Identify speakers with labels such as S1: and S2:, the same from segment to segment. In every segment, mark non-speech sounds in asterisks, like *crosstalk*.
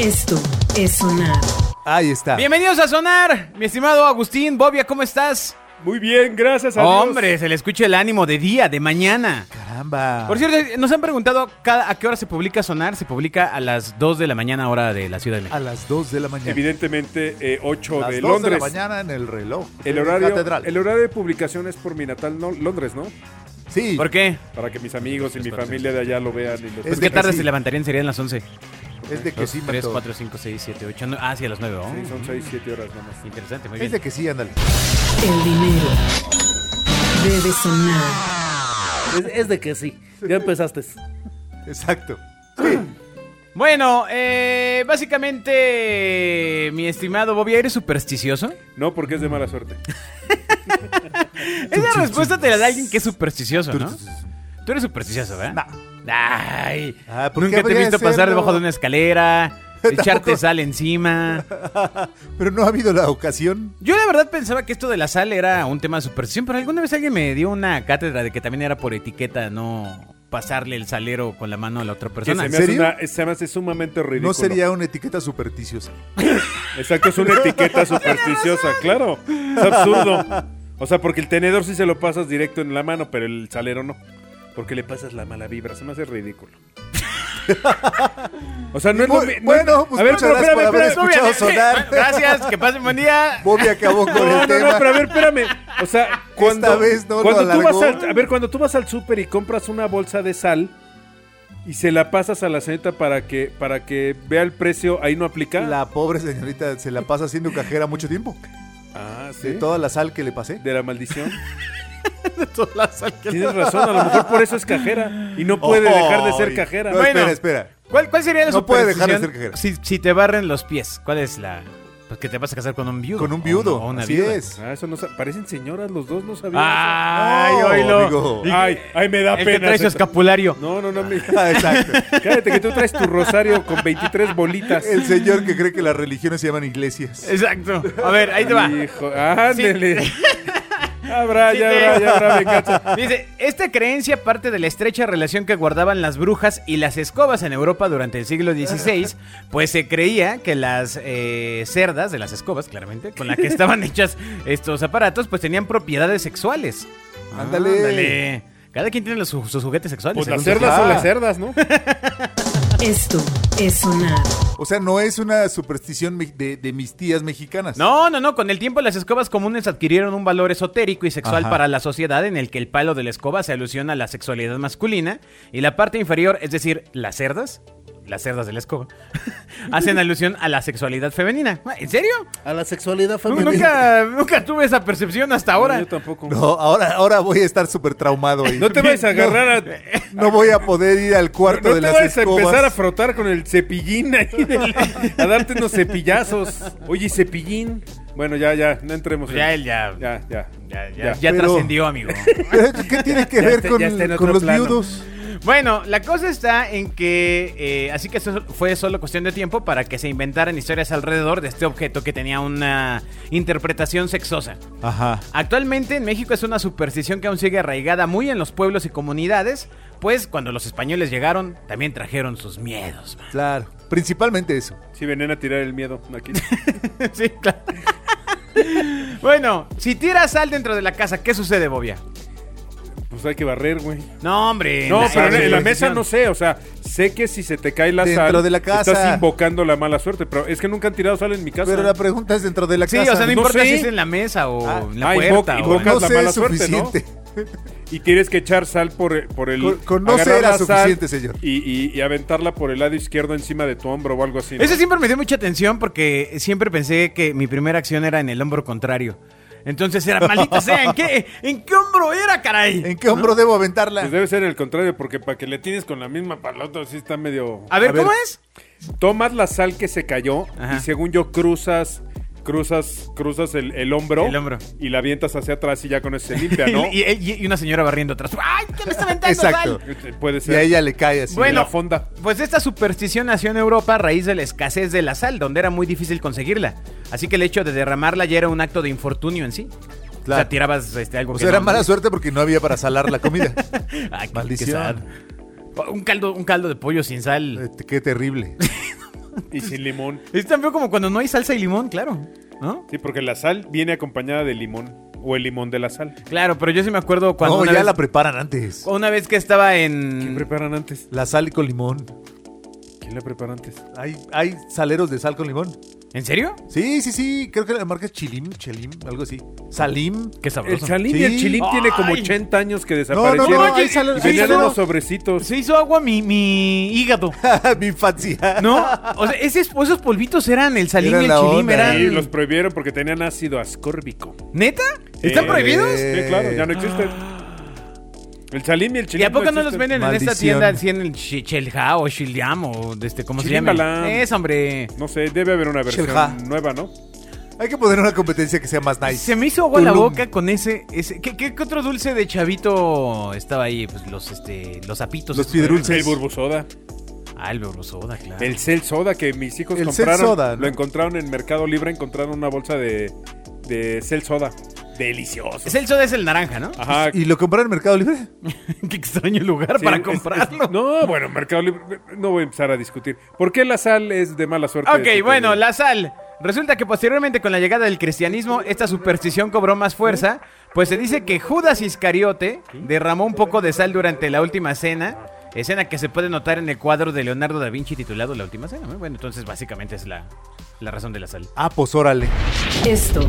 S1: Esto es sonar.
S2: Ahí está.
S3: Bienvenidos a Sonar, mi estimado Agustín, Bobia, ¿cómo estás?
S4: Muy bien, gracias a Dios.
S3: Hombre, se le escucha el ánimo de día, de mañana.
S2: Caramba.
S3: Por cierto, nos han preguntado cada- a qué hora se publica Sonar. Se publica a las 2 de la mañana, hora de la Ciudad
S2: a
S3: de México.
S2: las 2 de la mañana.
S4: Evidentemente, eh, 8
S2: Las 2 de
S4: de
S2: la
S4: Londres.
S2: mañana en el reloj.
S4: el,
S2: de
S4: horario,
S2: Catedral.
S4: el horario de publicación es por mi natal no- Londres, ¿no?
S2: Sí.
S3: ¿Por qué?
S4: Para que mis amigos y mi
S3: Gracias,
S4: familia de allá lo vean. Y lo
S2: Es
S3: Pues
S2: de que
S3: qué tarde
S2: sí.
S3: se levantarían, serían las 11.
S2: Es de que
S3: 2,
S2: sí,
S3: 3,
S2: Mato.
S3: 4, 5, 6, 7, 8, 9. Ah, sí, a las 9.
S4: Sí, son 6, 7 horas nada más.
S3: Interesante, muy
S2: Es
S3: bien.
S2: de que sí, ándale.
S1: El dinero debe sonar.
S5: Es, es de que sí. Ya empezaste.
S2: Exacto.
S3: Bueno, eh, básicamente, mi estimado Bobia, ¿eres supersticioso?
S4: No, porque es de mala suerte.
S3: Esa respuesta te la da alguien que es supersticioso, ¿no? eh? Tú eres supersticioso, ¿verdad? Ay,
S2: Ah, ¿por qué
S3: nunca te he
S2: habría
S3: visto
S2: de serlo?
S3: pasar debajo de una escalera, echarte
S2: *laughs* Tampoco.
S3: sal encima.
S2: Pero no ha habido la ocasión.
S3: Yo la verdad pensaba que esto de la sal era un tema de superstición, pero alguna vez alguien me dio una cátedra de que también era por etiqueta no pasarle el salero con la mano a la otra
S4: Que
S3: persona.
S4: se,
S2: ¿en
S4: me hace
S2: serio?
S4: una- se me hace sumamente ridículo.
S2: No sería una etiqueta supersticiosa.
S4: Exacto, es una etiqueta supersticiosa, claro. Es absurdo. O sea, porque el tenedor sí se lo pasas directo en la mano, pero el salero no. Porque le pasas la mala vibra, se me hace ridículo. O sea, no es lo
S2: Muy-
S4: mi- no-
S2: bueno, pues
S4: a ver,
S2: muchas
S4: pero
S2: gracias
S4: espérame,
S2: por haber
S4: espérame.
S2: escuchado sonar.
S3: Obviamente. *laughs* Gracias, que pasen buen día.
S2: Bobby
S4: *laughs*
S2: acabó con
S4: No,
S2: el
S4: no,
S2: tema.
S4: no, pero a ver, espérame. O sea, cuando,
S2: vez no lo
S4: cuando tú vas
S2: alargó.
S4: al, a ver, cuando tú vas al súper y compras una bolsa de sal y se la pasas a la señorita para que para que vea el precio, ahí no aplica.
S2: La pobre señorita se la pasa siendo cajera mucho tiempo.
S4: Ah, sí.
S2: De
S4: De,
S2: toda la sal que le pasé.
S4: la maldición. *laughs* Tienes razón, a lo mejor por eso es cajera y no puede dejar de ser
S2: Ay.
S4: cajera.
S2: No,
S3: Bueno.
S2: espera, espera.
S3: ¿Cuál, cuál sería la
S2: No puede dejar de
S3: superstición
S2: ser cajera.
S3: Si, si te barren los pies, ¿cuál es la...? Pues que te vas a casar con un viudo.
S2: Con un
S3: o
S2: viudo.
S3: una- o una
S2: así
S3: viuda.
S2: es. *laughs*
S4: Ah, eso no sa- parecen señoras los dos, no sabía.
S3: Ay,
S2: No,
S3: oílo.
S2: amigo.
S4: eso. Ay, ay, me da
S3: El que
S4: pena.
S3: trae su escapulario.
S4: no, no, no, mi-
S2: Ah, exacto.
S4: *laughs* cállate que tú traes tu rosario con 23 bolitas.
S2: El señor que cree que las religiones se llaman iglesias.
S3: Exacto. A ver, ahí te va.
S4: Hijo,
S3: *laughs*
S4: ándele. Habrá,
S3: Sí,
S4: ya
S3: te-
S4: habrá, ya habrá venganza.
S3: Dice, esta creencia parte de la estrecha relación que guardaban las brujas y las escobas en Europa durante el siglo XVI,
S4: *laughs*
S3: pues se creía que las eh, cerdas de las escobas, claramente, con las
S4: *laughs*
S3: que estaban hechas estos aparatos, pues tenían propiedades sexuales.
S2: Ándale.
S3: Ándale. Cada quien tiene los- sus, juguetes sexuales.
S4: Pues las
S3: según sus-
S4: cerdas son
S2: Ah.
S4: las cerdas, ¿no?
S1: Esto es sonar.
S2: O sea, no es una superstición me- de, de mis tías mexicanas.
S3: No, no, no. Con el tiempo las escobas comunes adquirieron un valor esotérico y sexual
S2: Ajá.
S3: para la sociedad en el que el palo de la escoba se alusiona a la sexualidad masculina y la parte inferior, es decir, las cerdas, las cerdas de la escoba, *laughs* hacen alusión a la sexualidad femenina. ¿En serio?
S5: A la sexualidad femenina.
S3: Nunca, nunca tuve esa percepción hasta ahora.
S4: Yo tampoco.
S2: No, ahora, ahora voy a estar súper traumado. y
S4: No te vayas a agarrar a.
S2: no voy a poder ir al cuarto
S4: No
S2: de
S4: te
S2: las
S4: vayas a
S2: escobas.
S4: empezar a frotar con el cepillín ahí, del- a darte unos cepillazos. Oye, ¿y cepillín. Bueno, ya, ya, no entremos. en-
S3: Pues Ya él ya, ya,
S4: ya, ya.
S3: ya,
S4: ya.
S3: ya
S2: Pero-
S3: trascendió, amigo.
S2: Pero, ¿Qué tiene que
S4: Ya
S2: ver
S4: está-
S2: con,
S4: ya está en
S2: con
S4: otro
S2: los
S4: plano.
S2: viudos?
S3: Bueno, la cosa está en que, eh, así que eso fue solo cuestión de tiempo para que se inventaran historias alrededor de este objeto que tenía una interpretación sexosa.
S2: Ajá.
S3: Actualmente en México es una superstición que aún sigue arraigada muy en los pueblos y comunidades, pues cuando los españoles llegaron también trajeron sus miedos. man.
S2: Claro. Principalmente eso.
S4: Sí, venían a tirar el miedo aquí.
S3: *laughs* sí, claro. bueno, si tiras sal dentro de la casa, ¿qué sucede, Bobia?
S4: Pues hay que barrer, güey.
S3: No, hombre. en
S4: No,
S3: la-
S4: pero en la
S3: superstición.
S4: mesa no sé, o sea, sé que si se te cae la
S2: Dentro
S4: sal,
S2: de la casa.
S4: estás invocando la mala suerte, pero es que nunca han tirado sal en mi casa.
S2: Pero la pregunta es dentro de la
S3: Sí,
S2: casa.
S3: o sea, no,
S4: No
S3: importa
S4: sé.
S3: si es en la mesa o
S2: Ah,
S3: en la
S4: ah,
S3: puerta.
S4: invoca-
S3: o
S4: invoca-
S3: en-
S2: No
S4: la
S2: sé
S4: mala
S2: es
S4: suerte, ¿no?
S2: suficiente.
S4: *laughs* Y tienes que echar sal por, por el.
S2: Con- con no
S4: agarrar
S2: ser era
S4: la sal
S2: suficiente, señor.
S4: Y, y- y aventarla por el lado izquierdo encima de tu hombro o algo así. ¿no?
S3: Eso siempre me dio mucha atención porque siempre pensé que mi primera acción era en el hombro contrario. Entonces era, maldita sea, ¿en qué, ¿en qué hombro era, caray?
S2: ¿En qué hombro debo aventarla?
S4: Pues debe ser el contrario, porque para que le tienes con la misma palota, sí está medio.
S3: A ver, ¿cómo es?
S4: Tomas la sal que se cayó
S3: Ajá.
S4: y según yo cruzas. Cruzas, cruzas el, el hombro
S3: El hombro.
S4: y la avientas hacia atrás y ya con eso se limpia, ¿no?
S3: *laughs* Y, y- y una señora barriendo atrás. ¡Ay, qué me está aventando
S2: Exacto.
S3: sal?
S4: Puede
S2: Y
S4: ser.
S2: a ella le cae así.
S3: Bueno.
S4: la fonda.
S3: Pues esta superstición nació en Europa a raíz de la escasez de la sal, donde era muy difícil conseguirla. Así que el hecho de derramarla ya era un acto de infortunio en sí. O
S2: Claro.
S3: sea, tirabas este, algo
S2: O
S3: que
S2: sea, era
S3: no-
S2: mala suerte porque no había para salar la
S4: *laughs*
S2: comida.
S3: *laughs* Ay, qué- qué
S2: Maldición.
S3: sad. Un caldo, un caldo de pollo sin sal.
S2: Eh, Qué terrible.
S4: Y sin limón.
S3: Es tan feo como cuando no hay salsa y limón, claro. ¿No?
S4: Sí, porque la sal viene acompañada de limón. O el limón de la sal.
S3: Claro, pero yo sí me acuerdo cuando.
S2: no,
S3: una,
S2: ya
S3: vez,
S2: la preparan antes.
S3: una vez que estaba
S2: Mm.
S4: ¿Quién
S3: en.
S4: preparan antes?
S2: La sal con limón.
S4: ¿Quién la prepara antes?
S2: Hay, hay saleros de sal con limón.
S3: ¿En serio?
S2: Sí, sí, sí. Creo que la marca es Chilim, Chelim, algo así. Salim. *laughs*
S3: Qué
S4: El
S3: sabroso.
S4: chalín y el
S2: Sí.
S4: chilín tiene como
S3: Ay.
S4: 80 años que
S2: No, no,
S4: desaparecieron.
S2: no, hay
S4: y
S2: sal-
S3: sí,
S4: venían
S3: no.
S4: unos sobrecitos.
S3: Se hizo agua mi, mi hígado,
S2: Mi infancia.
S3: ¿no? O sea, ese- esos polvitos eran el salín
S2: Era
S3: y el
S2: la
S3: chilim,
S2: onda,
S3: eran...
S4: Y los prohibieron porque tenían ácido ascórbico.
S3: ¿Neta? ¿Están
S2: Eh,
S4: Sí.
S3: prohibidos? Ah.
S4: Sí, claro, ya no existen. El chalín y el chilín.
S3: ¿Y a poco no los
S4: existen.
S3: venden en esta
S2: Maldición.
S3: tienda así en el Chi- Chelja o Chiliam o de este, cómo se llama?
S4: Chilimbalam.
S3: Es, hombre.
S4: No sé, debe haber una versión
S2: Chelja.
S4: nueva, ¿no?
S2: Hay que poner una competencia que sea más nice.
S3: Se me hizo agua la
S2: Tulum.
S3: boca con ese. ese ¿qué, qué, qué otro dulce de chavito estaba ahí? Pues los este. Los apitos.
S2: Los
S3: esos,
S2: piedrulces.
S4: El burbusoda.
S3: ¿verdad? Ah, el Burbu soda, claro.
S4: El cel soda que mis hijos
S2: El Cel
S4: compraron.
S2: Soda, ¿no?
S4: Lo encontraron en Mercado Libre, encontraron una bolsa de, de cel soda. Delicioso.
S3: Es el soda es el naranja, ¿no?
S4: Ajá.
S2: ¿Y lo compraron en Mercado Libre?
S3: *laughs* qué extraño lugar
S4: Sí,
S3: para
S4: es-
S3: comprarlo.
S4: es- no, bueno, Mercado Libre. No voy a empezar a discutir. ¿Por qué la sal es de mala suerte?
S3: Ok, bueno,
S4: la
S3: la sal. Resulta que posteriormente con la llegada del cristianismo, esta superstición cobró más fuerza, pues se dice que Judas Iscariote derramó un poco de sal durante la última cena, escena que se puede notar en el cuadro de Leonardo da Vinci titulado La última cena. Bueno, entonces básicamente es la, la razón de la sal.
S2: Ah, pues órale.
S1: Esto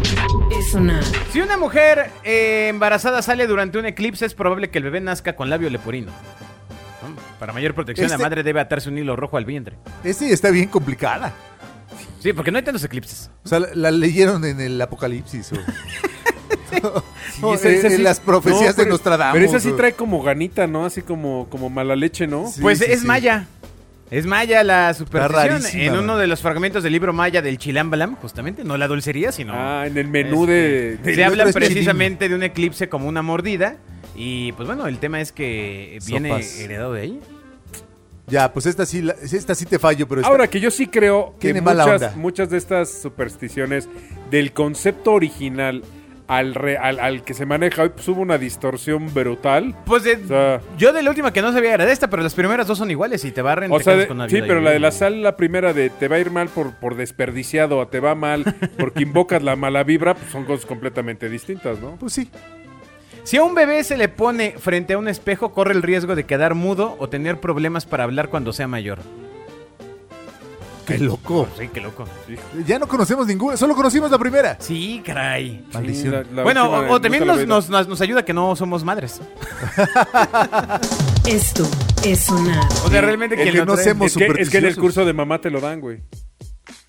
S1: es sonar.
S3: Si una mujer eh, embarazada sale durante un eclipse, es probable que el bebé nazca con labio leporino. ¿No? Para mayor protección, la
S2: Este-
S3: madre debe atarse un hilo rojo al vientre.
S2: Este está bien complicada.
S3: Sí, porque no hay tantos eclipses.
S2: O sea, la, la leyeron en el
S4: *laughs*
S2: Apocalipsis. o- *laughs* o
S4: esa- esa
S2: Eh, en-
S4: sí-
S2: en las profecías
S4: no,
S2: de Nostradamus.
S4: Pero esa sí
S2: o-
S4: trae como ganita, ¿no? Así como, como mala leche, ¿no?
S2: Sí,
S3: pues
S2: sí,
S3: es
S2: sí.
S3: maya. Es maya la superstición.
S2: rarísima,
S3: En
S2: man.
S3: uno de los fragmentos del libro maya del Chilambalam, justamente, no la dulcería, sino.
S4: Ah, en el menú de, de-
S3: se
S2: el
S3: habla
S2: otro es chilim.
S3: precisamente de un eclipse como una mordida. Y pues bueno, el tema es que viene
S2: Sopas.
S3: heredado de ahí.
S2: Ya, pues esta sí, la- esta sí te fallo, pero esta-
S4: Ahora que yo sí creo que
S2: Tiene mala
S4: muchas,
S2: onda.
S4: muchas de estas supersticiones del concepto original al, re- al, al que se maneja hoy, pues hubo una distorsión brutal.
S3: Pues de-
S4: O sea,
S3: yo de la última que no sabía era de esta, pero las primeras dos son iguales y te barren.
S4: o
S3: te
S4: sea,
S3: quedas
S4: de-
S3: con una
S4: sí,
S3: vida
S4: pero
S3: ahí.
S4: la de la sal, la primera de te va a ir mal por, por desperdiciado, o te va mal porque invocas la mala vibra, pues son cosas completamente distintas, ¿no?
S2: Pues sí.
S3: Si a un bebé se le pone frente a un espejo, corre el riesgo de quedar mudo o tener problemas para hablar cuando sea mayor.
S2: Qué loco.
S3: Sí, qué loco.
S2: Ya no conocemos ninguna, solo conocimos la primera.
S3: Sí, caray.
S2: Maldición.
S4: Sí, la- la
S3: bueno,
S4: última
S3: o-
S4: de-
S3: o,
S4: nunca
S3: también
S4: la
S3: nos,
S4: había
S3: nos, nos- nos ayuda que no somos madres.
S1: Esto es sonar.
S3: O sea, realmente
S4: El
S3: quien
S2: que
S3: lo
S2: no
S3: trae-
S2: hacemos-
S4: Es que, es que en el
S2: supersticiosos.
S4: curso de mamá te lo dan, güey.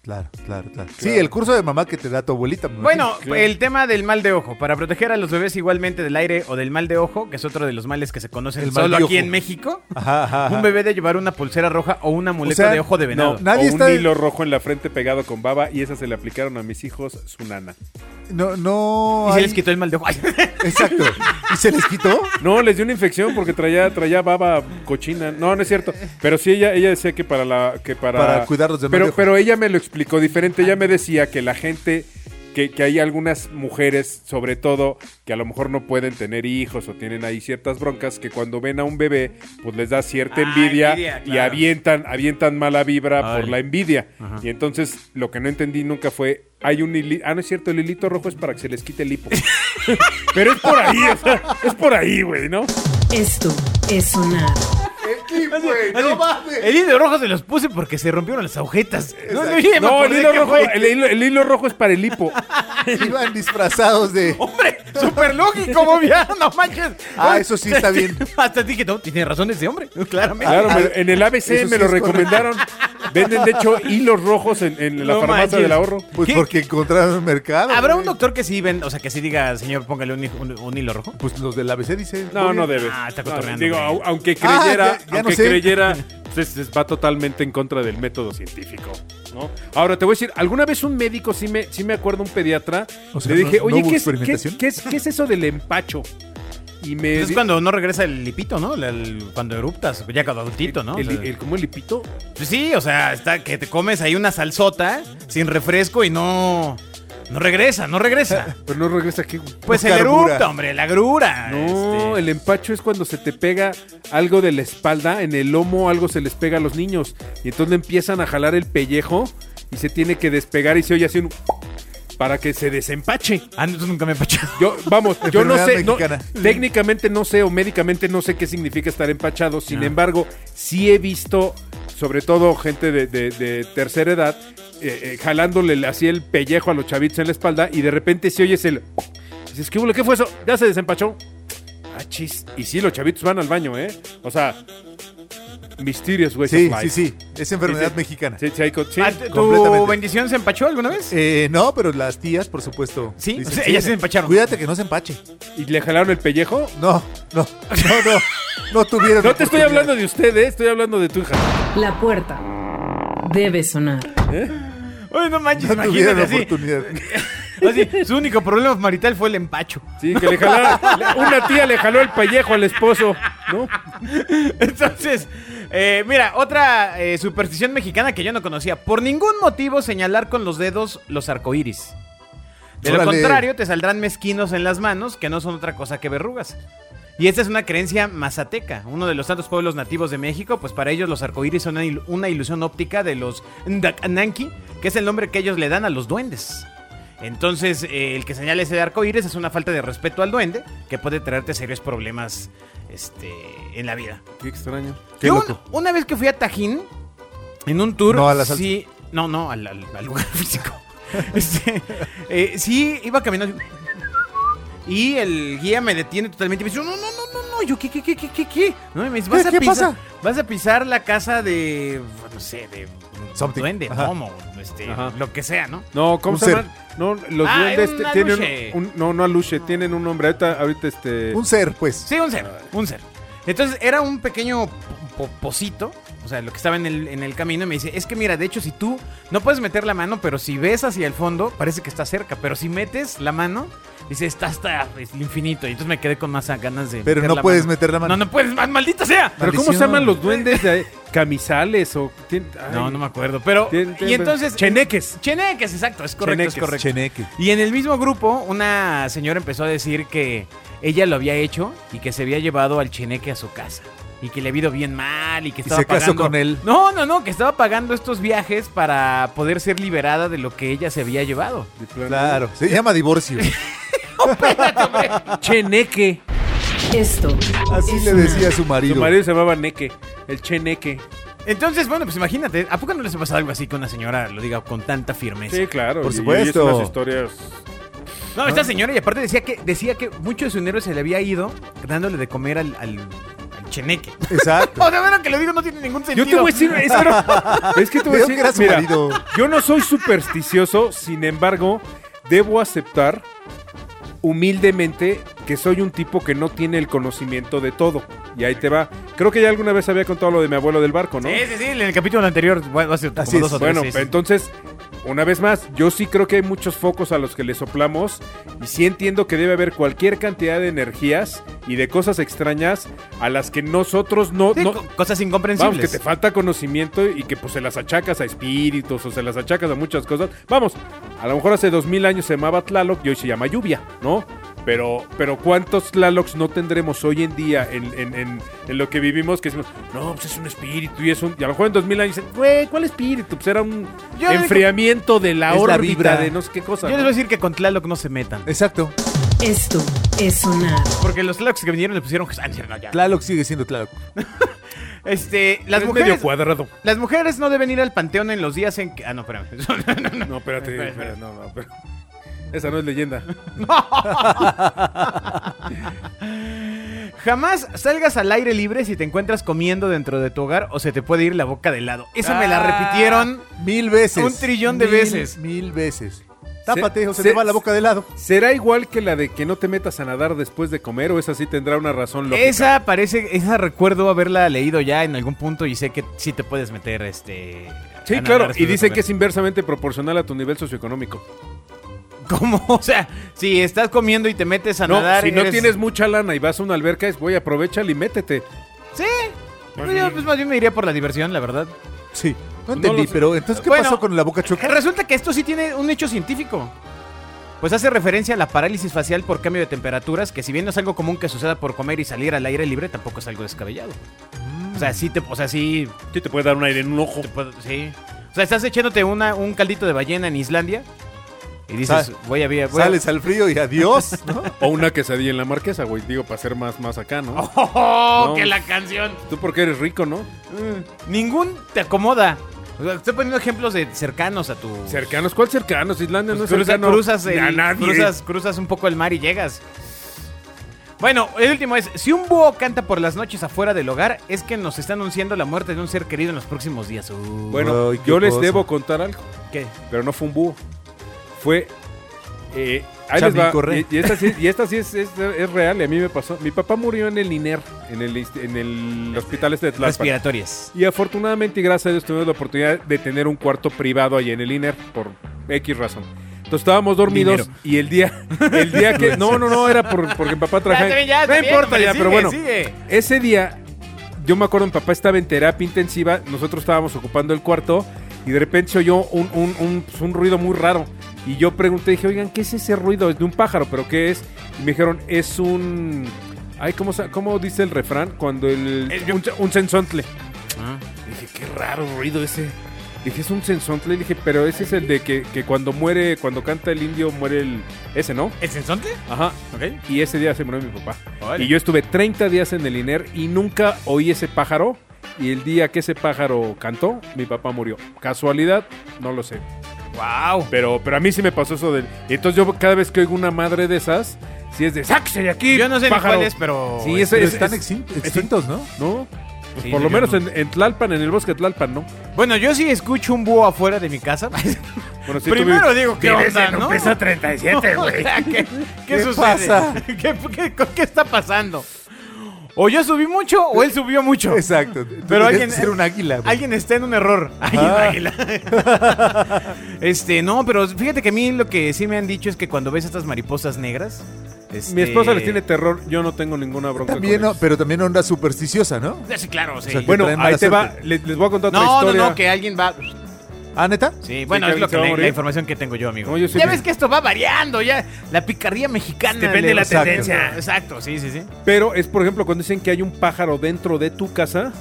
S2: Claro, claro, claro. Sí, el curso de mamá que te da tu abuelita. me
S3: Bueno,
S4: Claro.
S3: el tema del mal de ojo. Para proteger a los bebés igualmente del aire o del mal de ojo, que es otro de los males que se conocen
S2: El mal
S3: solo
S2: de
S3: aquí
S2: ojo.
S3: en México,
S2: Ajá, ajá, ajá.
S3: un bebé de llevar una pulsera roja o una muleta
S2: sea,
S3: de ojo de venado.
S4: No,
S2: Nadie
S4: o un
S2: está-
S4: hilo rojo en la frente pegado con baba y esa se le aplicaron a mis hijos su nana.
S2: No, no.
S3: Y se
S2: hay-
S3: les quitó el mal de ojo. Ay,
S2: Exacto. ¿Y se les
S3: *laughs*
S2: quitó?
S4: No, les dio una infección porque traía, traía baba cochina. No, no es cierto. Pero sí ella, ella decía que para la que para,
S2: Para cuidarlos del mal de
S4: pero,
S2: ojo.
S4: pero ella me lo explicó diferente. Ella me decía que la gente que, que hay algunas mujeres, sobre todo, que a lo mejor no pueden tener hijos o tienen ahí ciertas broncas, que cuando ven a un bebé, pues les da cierta
S3: Ah,
S4: envidia,
S3: envidia,
S4: y
S3: claro.
S4: avientan, avientan mala vibra
S3: Ay.
S4: por la envidia. Y entonces lo que no entendí nunca fue, hay un hili- ah, no es cierto, el hilito rojo es para que se les quite
S3: *laughs*
S4: el hipo. pero es por ahí, o sea, es por ahí, güey, ¿no?
S1: Esto es sonar.
S3: así, el hilo rojo se los puse porque se rompieron las agujetas. No, no, ya me
S4: No, el
S3: acordé
S4: hilo,
S3: que
S4: rojo,
S3: fue.
S4: el, hilo, el hilo rojo es para el hipo.
S2: Iban disfrazados de.
S3: Hombre, súper *laughs* lógico, Bobia, no manches.
S2: Ah, eso sí
S3: *laughs*
S2: está bien.
S3: Hasta dije, no, tiene razón ese
S2: *laughs*
S3: hombre, claramente.
S4: Claro, me- en el ABC
S2: Eso sí
S4: me lo
S2: es correcto.
S4: recomendaron. Venden, de hecho, hilos rojos en, en la
S3: No
S4: farmacia
S3: manches.
S4: del ahorro.
S2: Pues
S3: ¿Qué?
S2: porque encontraron el mercado.
S3: ¿Habrá un
S2: güey.
S3: doctor que sí ven, o sea, que sí diga, señor, póngale un, hij- un- un hilo rojo?
S4: Eh,
S2: Pues los del ABC dicen.
S4: No, no debe.
S3: Ah, está
S4: No,
S3: cotorreando,
S4: digo,
S3: güey.
S4: au- aunque creyera,
S2: Ah, ya- ya no
S4: aunque
S2: sé. *laughs*
S4: creyera, pues, es- va totalmente en contra del método científico. ¿no? Ahora te voy a decir, alguna vez un médico, sí me, sí me acuerdo, un pediatra,
S2: O sea,
S4: le
S2: ¿no-
S4: dije,
S2: no
S4: oye,
S2: hubo
S4: ¿qué, es, qué-
S2: experimentación?
S4: qué es- qué es eso del empacho? Y me
S3: Es
S4: di-
S3: cuando no regresa el lipito, ¿no? El- el- cuando eruptas, ya cuando adultito, ¿no? O
S4: el,
S3: sea,
S4: el- ¿Cómo el lipito?
S3: pues sí, o sea, está que te comes ahí una salsota sin refresco y no... No regresa, no
S4: *laughs*
S3: regresa.
S4: Pero no regresa aquí. güey.
S3: Pues
S2: Buscar
S3: el
S2: grura.
S3: eructo, hombre, la grura.
S4: No,
S3: este.
S4: el empacho es cuando se te pega algo de la espalda, en el lomo algo se les pega a los niños. Y entonces le empiezan a jalar el pellejo y se tiene que despegar y se oye así un... para que se desempache.
S3: Ah, no, tú nunca me he empachado.
S4: Yo, vamos, yo no
S2: Enfermedad
S4: sé, no,
S2: mexicana.
S4: técnicamente no sé o médicamente no sé qué significa estar empachado, sin embargo, sí he visto, sobre todo gente de, de- de tercera edad, eh, eh, jalándole así el pellejo a los chavitos en la espalda y de repente se oyes el... Dices, ¿qué, hubo? ¿Qué fue eso? Ya se desempachó. Ah, chis. Y sí, los chavitos van al baño, ¿eh? O sea, misterios, güey.
S2: Sí,
S3: Pues
S2: sí, sí. Es enfermedad
S4: Sí, sí.
S2: mexicana.
S4: Sí, sí, hay co- sí.
S3: *laughs* Ah, ¿tu- ¿Tu
S2: completamente.
S3: bendición se empachó alguna vez?
S2: Eh, no, pero las tías, por supuesto. eh,
S3: Sí, o sea, ellas se empacharon.
S2: Cuídate que no se empache.
S4: ¿Y le jalaron el pellejo?
S2: No, no, no, no. No
S3: *laughs*
S2: tuvieron.
S4: No te estoy
S2: oportunidad.
S4: hablando de usted, ¿eh? Estoy hablando de tu hija.
S1: La puerta debe sonar.
S3: Uy, no manches,
S2: No tuvieron
S3: imagínate así.
S2: oportunidad.
S3: Así, su único problema marital fue el empacho.
S4: Sí, que le jalaron. le- Una tía le jaló el pellejo al esposo, ¿no?
S3: Entonces, eh, mira, otra eh, superstición mexicana que yo no conocía. Por ningún motivo señalar con los dedos los arcoíris. De lo
S2: Órale.
S3: contrario, te saldrán mezquinos en las manos que no son otra cosa que verrugas. Y esta es una creencia mazateca, uno de los tantos pueblos nativos de México, pues para ellos los arcoíris son una il- una ilusión óptica de los Ndakananki, que es el nombre que ellos le dan a los duendes. Entonces, eh, el que señale ese arcoíris es una falta de respeto al duende, que puede traerte serios problemas este, en la vida.
S4: Qué extraño.
S3: Yo un- una vez que fui a Tajín, en un tour.
S2: No, a la salsa.
S3: Sí, no, no, al, al- al lugar *laughs* físico. Este, eh, sí, iba caminando. Y el guía me detiene totalmente y me dice, no, no, no, no, no, yo, ¿qué, qué, qué, qué, qué, qué? No, y me dice, vas
S2: ¿Qué-
S3: a
S2: qué
S3: pisar,
S2: pasa?
S3: Vas a pisar la casa de, no sé, de un
S2: Something.
S3: duende,
S2: Ajá.
S3: gnomo, este,
S4: Ajá.
S3: lo que sea, ¿no?
S4: No, ¿cómo
S2: Un
S4: se
S2: ser.
S4: llaman? No, los
S3: Ah,
S4: duendes
S3: un
S4: te-
S3: aluche.
S4: tienen un, No, no aluche, tienen un nombre. Ahorita, ahorita este.
S2: Un ser, pues.
S3: Sí, un ser, un ser. Entonces era un pequeño po- pocito, o sea, lo que estaba en el, en el camino, y me dice, es que mira, de hecho, si tú no puedes meter la mano, pero si ves hacia el fondo, parece que está cerca, pero si metes la mano, dice, está hasta el infinito. Y entonces me quedé con más ganas de...
S2: Pero
S3: meter
S2: no
S3: la
S2: puedes
S3: mano.
S2: meter la mano.
S3: No, no puedes, ma- maldita sea.
S4: Pero ¿cómo se
S2: Maldición.
S4: llaman los duendes de camisales o tien- ay,
S3: No, no me acuerdo, pero...
S4: Tien- tien-
S3: y entonces...
S4: Cheneques.
S3: Cheneques, exacto, es correcto, es
S4: Cheneques,
S3: correcto.
S2: Cheneque.
S3: Y en el mismo grupo, una señora empezó a decir que ella lo había hecho y que se había llevado al cheneque a su casa. Y que le había ido bien mal y que estaba
S2: se casó
S3: pagando-
S2: con él.
S3: No, no, no, que estaba pagando estos viajes para poder ser liberada de lo que ella se había llevado.
S4: de plano.
S2: Claro. Se llama divorcio.
S4: *laughs* Cheneque.
S1: Esto
S2: Así
S1: es
S2: le
S1: sonar.
S2: decía a su
S4: Su
S2: marido.
S4: marido se llamaba Neque. El Cheneque.
S3: Entonces, bueno, pues imagínate, ¿a poco no les ha pasado algo así que una señora lo diga con tanta firmeza?
S4: Sí, claro.
S2: Por
S4: y- y
S2: supuesto.
S4: es unas historias.
S3: No, esta señora, y aparte decía que, decía que mucho de su dinero se le había ido dándole de comer al, al- al
S4: *laughs*
S3: cheneque.
S2: Exacto.
S3: O sea, bueno, que lo digo no tiene ningún
S4: Yo
S3: sentido.
S4: te voy a decir. Es, pero- es que te voy a
S2: Creo
S4: decir.
S2: que era su
S4: mira,
S2: marido.
S4: Yo no soy supersticioso, sin embargo, debo aceptar humildemente que soy un tipo que no tiene el conocimiento de todo. Y ahí te va. Creo que ya alguna vez había contado lo de mi abuelo del barco, ¿no?
S3: Sí, sí, sí, en el capítulo anterior, bueno, hace como
S2: Así es.
S3: dos o tres,
S4: Bueno,
S3: sí, sí.
S4: entonces, una vez más, yo sí creo que hay muchos focos a los que le soplamos y sí entiendo que debe haber cualquier cantidad de energías y de cosas extrañas a las que nosotros no...
S3: Sí,
S4: no-
S3: co- cosas
S4: Vamos,
S3: incomprensibles.
S4: que te falta conocimiento y que pues se las achacas a espíritus o se las achacas a muchas cosas. Vamos, a lo mejor hace dos mil años se llamaba Tlaloc y hoy se llama lluvia, ¿no? Pero, pero ¿cuántos Tlalocs no tendremos hoy en día en, en- en- en lo que vivimos que decimos, no, pues es un espíritu y es un... Y a lo mejor en dos mil años dicen, güey, ¿cuál espíritu? Pues era un
S3: Yo digo-
S4: enfriamiento de la
S2: Es la
S4: órbita
S2: vibra.
S4: de no sé qué cosa.
S3: Yo les
S4: ¿no?
S3: voy a decir que con Tlaloc no se metan.
S2: Exacto.
S1: Esto es sonar.
S3: Porque los Tlalocs que vinieron le pusieron... Ah, no, no, ya.
S2: Tlaloc sigue siendo Tlaloc.
S3: Este, las
S4: Es
S3: mujeres...
S4: medio
S3: *laughs*
S4: cuadrado.
S3: Las mujeres no deben ir al panteón en los días en que... Ah, no, espérame. *laughs* No, no, no.
S4: No, espérate,
S3: Espera,
S4: espera, no, no, pero- *laughs* Esa no es leyenda.
S3: Jamás salgas al aire libre si te encuentras comiendo dentro de tu hogar o se te puede ir la boca de lado. Esa me la
S4: Ah.
S3: repitieron.
S2: Mil veces.
S3: Un trillón de
S2: Mil,
S3: veces.
S2: Mil veces. Tápate o se,
S4: se-
S2: te va la boca de lado.
S4: ¿Será igual que la de que no te metas a nadar después de comer o esa sí tendrá una razón lógica?
S3: Esa parece... Esa recuerdo haberla leído ya en algún punto y sé que sí te puedes meter, este... a
S4: Sí,
S3: nadar
S4: claro.
S3: después
S4: Y
S3: de
S4: dicen
S3: comer.
S4: que es inversamente proporcional a tu nivel socioeconómico.
S3: ¿Cómo? *laughs* O sea, si estás comiendo y te metes a
S4: No,
S3: nadar.
S4: si no
S3: eres-
S4: tienes mucha lana y vas a una alberca, es voy, aprovechale y métete.
S3: Sí. Pues yo, pues más bien me iría por la diversión, la verdad.
S2: Sí. No entendí,
S4: lo sé.
S2: pero entonces, ¿qué
S3: Bueno.
S2: pasó con la boca chueca?
S3: Resulta que esto sí tiene un hecho científico. Pues hace referencia a la parálisis facial por cambio de temperaturas, que si bien no es algo común que suceda por comer y salir al aire libre, tampoco es algo descabellado. O sea, sí te, o sea, sí
S4: Sí, te puede dar un aire en un ojo.
S3: te puedo- sí. O sea, estás echándote una, un caldito de ballena en Islandia y dices,
S2: Sal-
S3: voy a voy a- voy a-
S2: Sales al frío y adiós, ¿no?
S4: O una quesadilla en la marquesa, güey. Digo, para ser más, más acá, ¿no?
S3: *laughs* ¡Oh,
S4: No.
S3: que la canción!
S4: Tú porque eres rico, ¿no?
S3: Ningún te acomoda. O sea, estoy poniendo ejemplos de cercanos a tu...
S4: Cercanos, ¿cuál cercanos? Islandia no es
S3: Pues Cruza-
S4: cercano
S3: cruzas, el-
S4: a nadie.
S3: cruzas, cruzas un poco el mar y llegas. Bueno, el último es, si un búho canta por las noches afuera del hogar, es que nos está anunciando la muerte de un ser querido en los próximos días. Uh,
S4: Bueno,
S2: Ay, qué
S4: yo les
S2: cosa.
S4: debo contar algo,
S3: ¿qué?
S4: pero no fue un búho. Fue. eh, ahí les
S2: Chamico
S4: va.
S2: Rey.
S4: Y, y esta sí, y esta sí es, es- es real, y a mí me pasó. Mi papá murió en el INER, en el, inst- en el hospital este de Tlalpan.
S3: Respiratorias.
S4: Y afortunadamente, y gracias a Dios, tuvimos la oportunidad de tener un cuarto privado ahí en el INER por X razón. Entonces estábamos dormidos
S3: Dinero.
S4: y el día, el día que. No, no, no, era por- porque mi papá trabajaba. en- no importa ya, pero bueno. Ese día, yo me acuerdo, mi papá estaba en terapia intensiva, nosotros estábamos ocupando el cuarto y de repente se oyó un, un- un- pues, un ruido muy raro. Y yo pregunté, dije, oigan, ¿qué es ese ruido? Es de un pájaro, pero ¿qué es? Y me dijeron, es un... Ay, ¿cómo, sa- cómo dice el refrán? Cuando el... un, un sensontle. Dije, qué raro ruido ese. Dije, es un sensontle. Dije, pero ese es el de que, que cuando muere, cuando canta el indio, muere el... Ese, ¿no?
S3: ¿El sensonte?
S4: Ajá.
S3: Ok.
S4: Y ese día se murió mi papá.
S3: Órale.
S4: Y yo estuve 30 días en el INER y nunca oí ese pájaro. Y el día que ese pájaro cantó, mi papá murió. ¿Casualidad? No lo sé.
S3: Wow.
S4: Pero, pero a mí sí me pasó eso del... Entonces yo cada vez que oigo una madre de esas, sí es de ¡Sáquese de aquí!
S3: Yo no sé ni
S4: pájaro!
S3: cuál es, pero...
S4: Sí, ese
S2: Pero
S4: es-
S2: están
S4: es-
S2: extin- extintos, ¿no?
S4: ¿No? Pues
S3: Sí,
S4: por
S3: yo
S4: lo menos
S3: no.
S4: en, en Tlalpan, en el bosque de Tlalpan, ¿no?
S3: este, Bueno, yo sí escucho un búho afuera de mi
S4: *laughs*
S3: casa.
S4: Bueno, sí, tú
S3: Primero
S4: vives-
S3: digo, ¿qué onda, no? *laughs*
S5: 37,
S3: *laughs* O sea,
S4: *laughs*
S3: ¿Qué, qué
S2: ¿Qué
S3: sucede?
S2: pasa?
S3: *laughs* ¿Qué, qué, con qué está pasando? O yo subí mucho o él subió
S4: *laughs*
S3: mucho.
S2: Exacto.
S3: Pero
S2: Pero
S3: alguien-
S2: alguien ser un águila. güey.
S3: Alguien está en un error. *laughs* Alguien,
S2: Ah.
S3: águila. *laughs* este, no, pero fíjate que a mí lo que sí me han dicho es que cuando ves estas mariposas negras.
S4: Mi
S3: este-
S4: esposa les tiene terror, yo no tengo ninguna bronca
S2: También,
S4: con
S2: ¿no?
S4: eso.
S2: pero también onda supersticiosa, ¿no?
S3: Sí, claro, sí.
S2: sea, que
S4: Bueno,
S2: traen mala
S4: ahí te va,
S2: suerte.
S4: les, les voy a contar otra
S3: no, no,
S4: historia.
S3: no, que alguien va.
S2: Ah, neta.
S3: Sí, bueno,
S4: que
S3: es lo
S4: alguien se
S3: que
S4: va a
S3: la,
S4: morir.
S3: la información que tengo yo, amigo.
S4: No, yo sí
S3: ya
S4: me-
S3: ves que esto va variando, ya. La picardía mexicana.
S5: Depende
S3: le-
S5: de la
S3: Exacto.
S5: tendencia.
S3: Exacto, sí, sí, sí.
S4: Pero es, por ejemplo, cuando dicen que hay un pájaro dentro de
S3: *laughs*
S4: tu casa,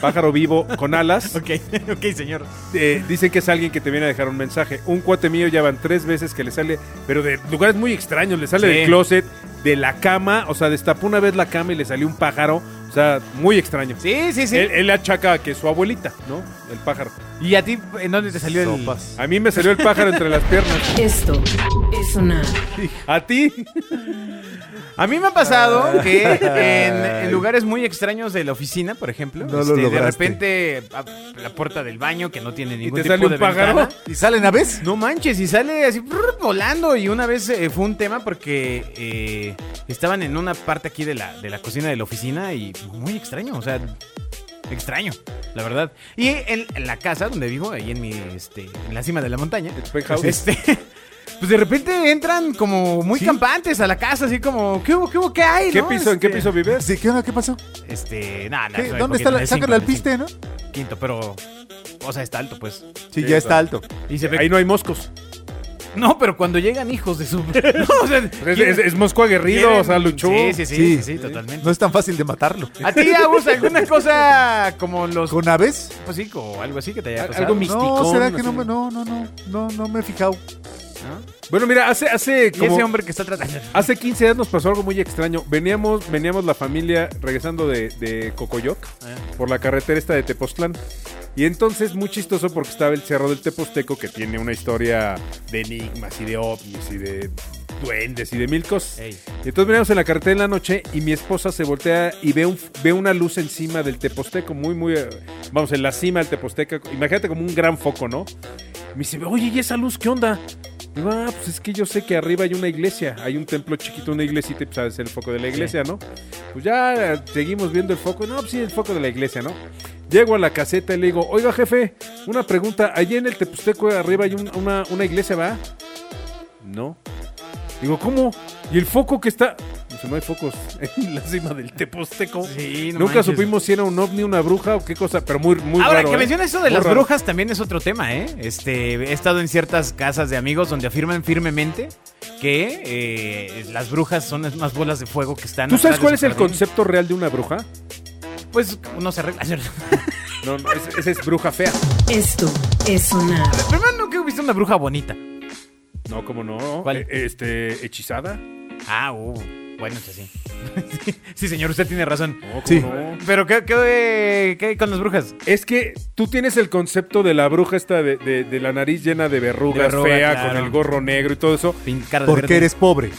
S4: pájaro vivo con alas,
S3: Ok,
S4: *laughs*
S3: ok, señor.
S4: eh, dicen que es alguien que te viene a dejar un mensaje. Un cuate mío ya van tres veces que le sale, pero de lugares muy extraños, le sale
S3: Sí.
S4: del closet, de la cama, o sea, destapó una vez la cama y le salió un pájaro, o sea, muy extraño.
S3: Sí, sí, sí.
S4: Él, él le achaca que su abuelita, ¿no? El pájaro.
S3: ¿Y a ti en dónde te salió
S2: Sopas.
S4: A mí me salió el pájaro entre las piernas.
S1: Esto es sonar.
S4: ¿A ti?
S3: el...? A mí me ha pasado que en, en lugares muy extraños de la oficina, por ejemplo, este,
S2: No lo
S3: de
S2: lograste.
S3: repente a- la puerta del baño que no tiene
S4: ¿Y
S3: ningún
S4: te
S3: tipo
S4: sale
S3: de
S4: un pájaro?
S3: ventana.
S2: ¿Y salen a vez?
S3: No manches, y sale así prrr, volando. Y una vez eh, fue un tema porque eh, estaban en una parte aquí de la, de la cocina de la oficina y muy extraño, o sea, extraño, la verdad. Y en, en la casa donde vivo, ahí en mi, este, en la cima de la montaña,
S4: Penthouse.
S3: este, *laughs* pues de repente entran como muy campantes a la casa, así como, ¿qué hubo, qué hubo, qué hay?
S4: ¿Qué
S3: no?
S4: piso, ¿En qué
S3: Este,
S4: piso vives?
S2: Sí, ¿qué onda? ¿Qué pasó?
S3: Este, nada,
S2: ¿Qué? ¿Dónde está la.? Sácala al piste, ¿no?
S3: Quinto, pero, o sea, está alto, pues.
S2: Sí, ya está alto.
S3: Y se ve
S4: Ahí no hay moscos.
S3: No, pero cuando llegan hijos de su. *laughs* No, o sea,
S4: Es,
S3: quieren-
S4: es- es mosco aguerrido,
S3: quieren-
S4: o sea, luchó.
S3: Sí, sí, sí, sí,
S2: Sí.
S3: sí, totalmente.
S2: No es tan fácil de matarlo.
S3: ¿A
S4: *laughs*
S3: ti, Agus, alguna cosa como los
S2: ¿Con aves?
S3: pues, sí, o algo así que te haya
S4: Al-
S3: pasado?
S4: algo mis- Misticón,
S2: No, será que
S4: así.
S2: no me. No, no, no. No, no me he fijado.
S4: Bueno, mira, hace, hace
S3: Y ese
S4: como...
S3: hombre que está *laughs* Ah, tratando.
S4: Hace 15 días nos pasó algo muy extraño. Veníamos, veníamos la familia regresando de, de Cocoyoc por la carretera esta de Tepoztlán. Y entonces muy chistoso porque estaba el Cerro del Teposteco que tiene una historia de enigmas y de ovnis y de duendes y de mil cosas.
S3: Ey.
S4: Y entonces veníamos en la carretera en la noche y mi esposa se voltea y ve, un- ve una luz encima del Teposteco, muy, muy... eh, Vamos, en la cima del Teposteco. Imagínate como un gran foco, ¿no? Me dice, oye, ¿y esa luz qué onda? Digo, ah, pues es que yo sé que arriba hay una iglesia, hay un templo chiquito, una iglesita, y pues sabes el foco de la iglesia, ¿no? Pues ya eh, seguimos viendo el foco, no, pues sí, el foco de la iglesia, ¿no? Llego a la caseta y le digo, oiga jefe, una pregunta, allí en el Tepusteco arriba hay un- una, una iglesia, ¿va? No. Digo, ¿cómo? ¿Y el foco que está? pues no hay focos *laughs* en la cima del Teposteco.
S3: Sí, no
S4: Nunca
S3: manches.
S4: supimos si era un ovni, una bruja o qué cosa, pero muy, muy
S3: Ahora
S4: raro,
S3: que
S4: ¿eh?
S3: mencionas eso de
S4: Muy
S3: las
S4: raro.
S3: brujas también es otro tema, ¿eh? Este, he estado en ciertas casas de amigos donde afirman firmemente que eh, las brujas son las más bolas de fuego que están.
S4: ¿Tú
S3: atrás
S4: sabes
S3: de
S4: cuál es
S3: su
S4: el
S3: jardín.
S4: concepto real de una bruja?
S3: Pues uno se arregla. *laughs* Primero
S4: No, no, es- esa es bruja fea.
S1: Esto es sonar.
S3: nunca he visto una bruja bonita.
S4: No, cómo no.
S3: ¿Cuál?
S4: Eh, Este, hechizada.
S3: Ah, uh, bueno, eso sí. *laughs* sí. sí, señor, usted tiene razón.
S4: No, cómo
S2: Sí.
S4: no.
S3: Pero ¿qué, qué, qué hay con las brujas?
S4: Es que tú tienes el concepto de la bruja esta de, de- de la nariz llena de verrugas,
S3: De verruga,
S4: fea,
S3: claro.
S4: con el gorro negro y todo eso.
S3: Pin- cara de
S2: Porque
S3: verde.
S2: eres pobre.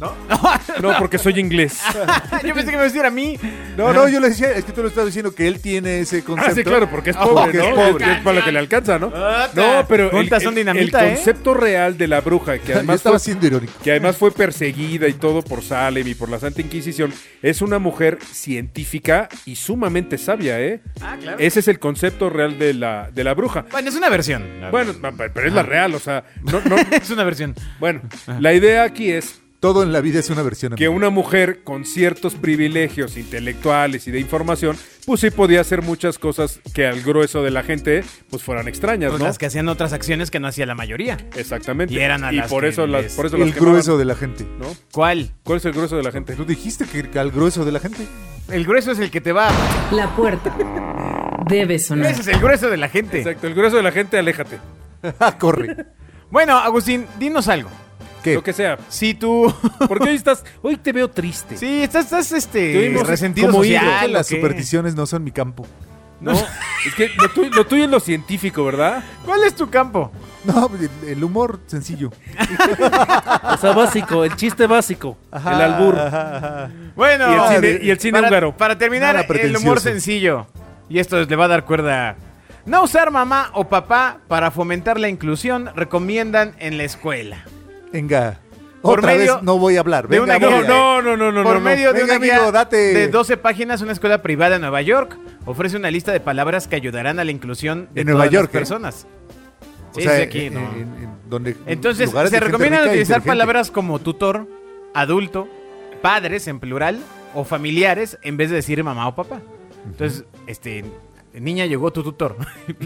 S4: No, porque soy inglés.
S3: *laughs* Yo pensé que me iba a decir a mí.
S2: No, no, yo le decía, es que tú lo estás diciendo que él tiene ese concepto.
S4: Ah, sí, claro, porque es pobre,
S2: Porque
S4: ¿no?
S2: es pobre.
S4: Porque es para lo que le alcanza, ¿no?
S3: Ota.
S4: No, pero el,
S3: Juntas Ah, son
S4: el-
S3: dinamita,
S4: el
S3: ¿eh?
S4: concepto real de la
S3: *laughs*
S4: bruja, que
S2: Yo
S4: además, pues,
S2: estaba
S4: fue,
S2: siendo irónico.
S4: que además fue perseguida y todo por Salem y por la Santa Inquisición, es una mujer científica y sumamente sabia, ¿eh?
S3: Ah, claro.
S4: Ese es el concepto real de la, de la bruja.
S3: Bueno, es una versión.
S4: Bueno, pa- pa- pero es
S3: ah.
S4: la real, o sea, no, no,
S3: *laughs* es una versión.
S4: bueno, la idea aquí es
S2: Todo en la vida es una versión.
S4: que
S2: amigo.
S4: una mujer con ciertos privilegios intelectuales y de información, pues sí podía hacer muchas cosas que al grueso de la gente, pues fueran extrañas,
S3: Pues
S4: ¿no?
S3: Las que hacían otras acciones que no hacía la mayoría.
S4: Exactamente.
S3: Y eran a las
S4: por
S3: que
S4: eso las,
S3: les-
S4: por eso
S2: El
S4: las quemaban,
S2: grueso de la gente.
S4: ¿no?
S3: ¿Cuál?
S4: ¿Cuál es el grueso de la gente?
S2: Tú dijiste que al grueso de la gente. *laughs*
S3: El grueso es el que te va. a-
S1: La puerta debe sonar.
S3: Ese es el grueso de la gente.
S4: Mm. Exacto, el grueso de la gente, aléjate.
S2: Ah, corre.
S3: Bueno, Agustín, dinos algo.
S2: ¿Qué?
S4: Lo que sea.
S3: Si tú. *laughs*
S4: Porque hoy estás, hoy te veo triste.
S3: sí, estás, estás este.
S4: Tuvimos-
S3: resentido
S2: Como
S3: social,
S2: hilo,
S3: ¿o
S2: las
S3: qué?
S2: supersticiones no son mi campo.
S4: No, es que lo tuyo, lo tuyo es lo científico, ¿verdad?
S3: ¿Cuál es tu campo?
S2: No, el- el humor sencillo.
S5: O sea, básico, el chiste básico.
S4: el albur.
S3: Bueno,
S4: Y el cine- y el cine
S3: para,
S4: húngaro.
S3: Para terminar,
S2: Nada
S3: el humor
S2: pretencioso.
S3: sencillo. Y esto le va a dar cuerda. No usar mamá o papá para fomentar la inclusión recomiendan en la escuela.
S2: Venga.
S3: Por
S2: Otra
S3: medio
S2: vez no voy a hablar.
S3: de
S2: Venga,
S3: una
S2: voy
S4: No,
S2: a-
S3: guía.
S4: no, no, no, no.
S3: Por
S4: no, no.
S3: medio de
S2: Venga,
S3: una guía
S2: amigo, date.
S3: de 12 páginas, una escuela privada en Nueva York ofrece una lista de palabras que ayudarán a la inclusión de
S2: En Nueva
S3: todas
S2: York,
S3: las
S2: ¿eh?
S3: personas.
S2: O
S3: Sí,
S2: sea,
S3: sí, aquí,
S2: en-
S3: no.
S2: en- en donde- en
S3: Entonces,
S2: lugares
S3: se
S2: de gente
S3: recomiendan
S2: rica e
S3: utilizar
S2: inteligente.
S3: palabras como tutor, adulto, padres en plural o familiares en vez de decir mamá o papá. Entonces, este. Niña, llegó tu tutor.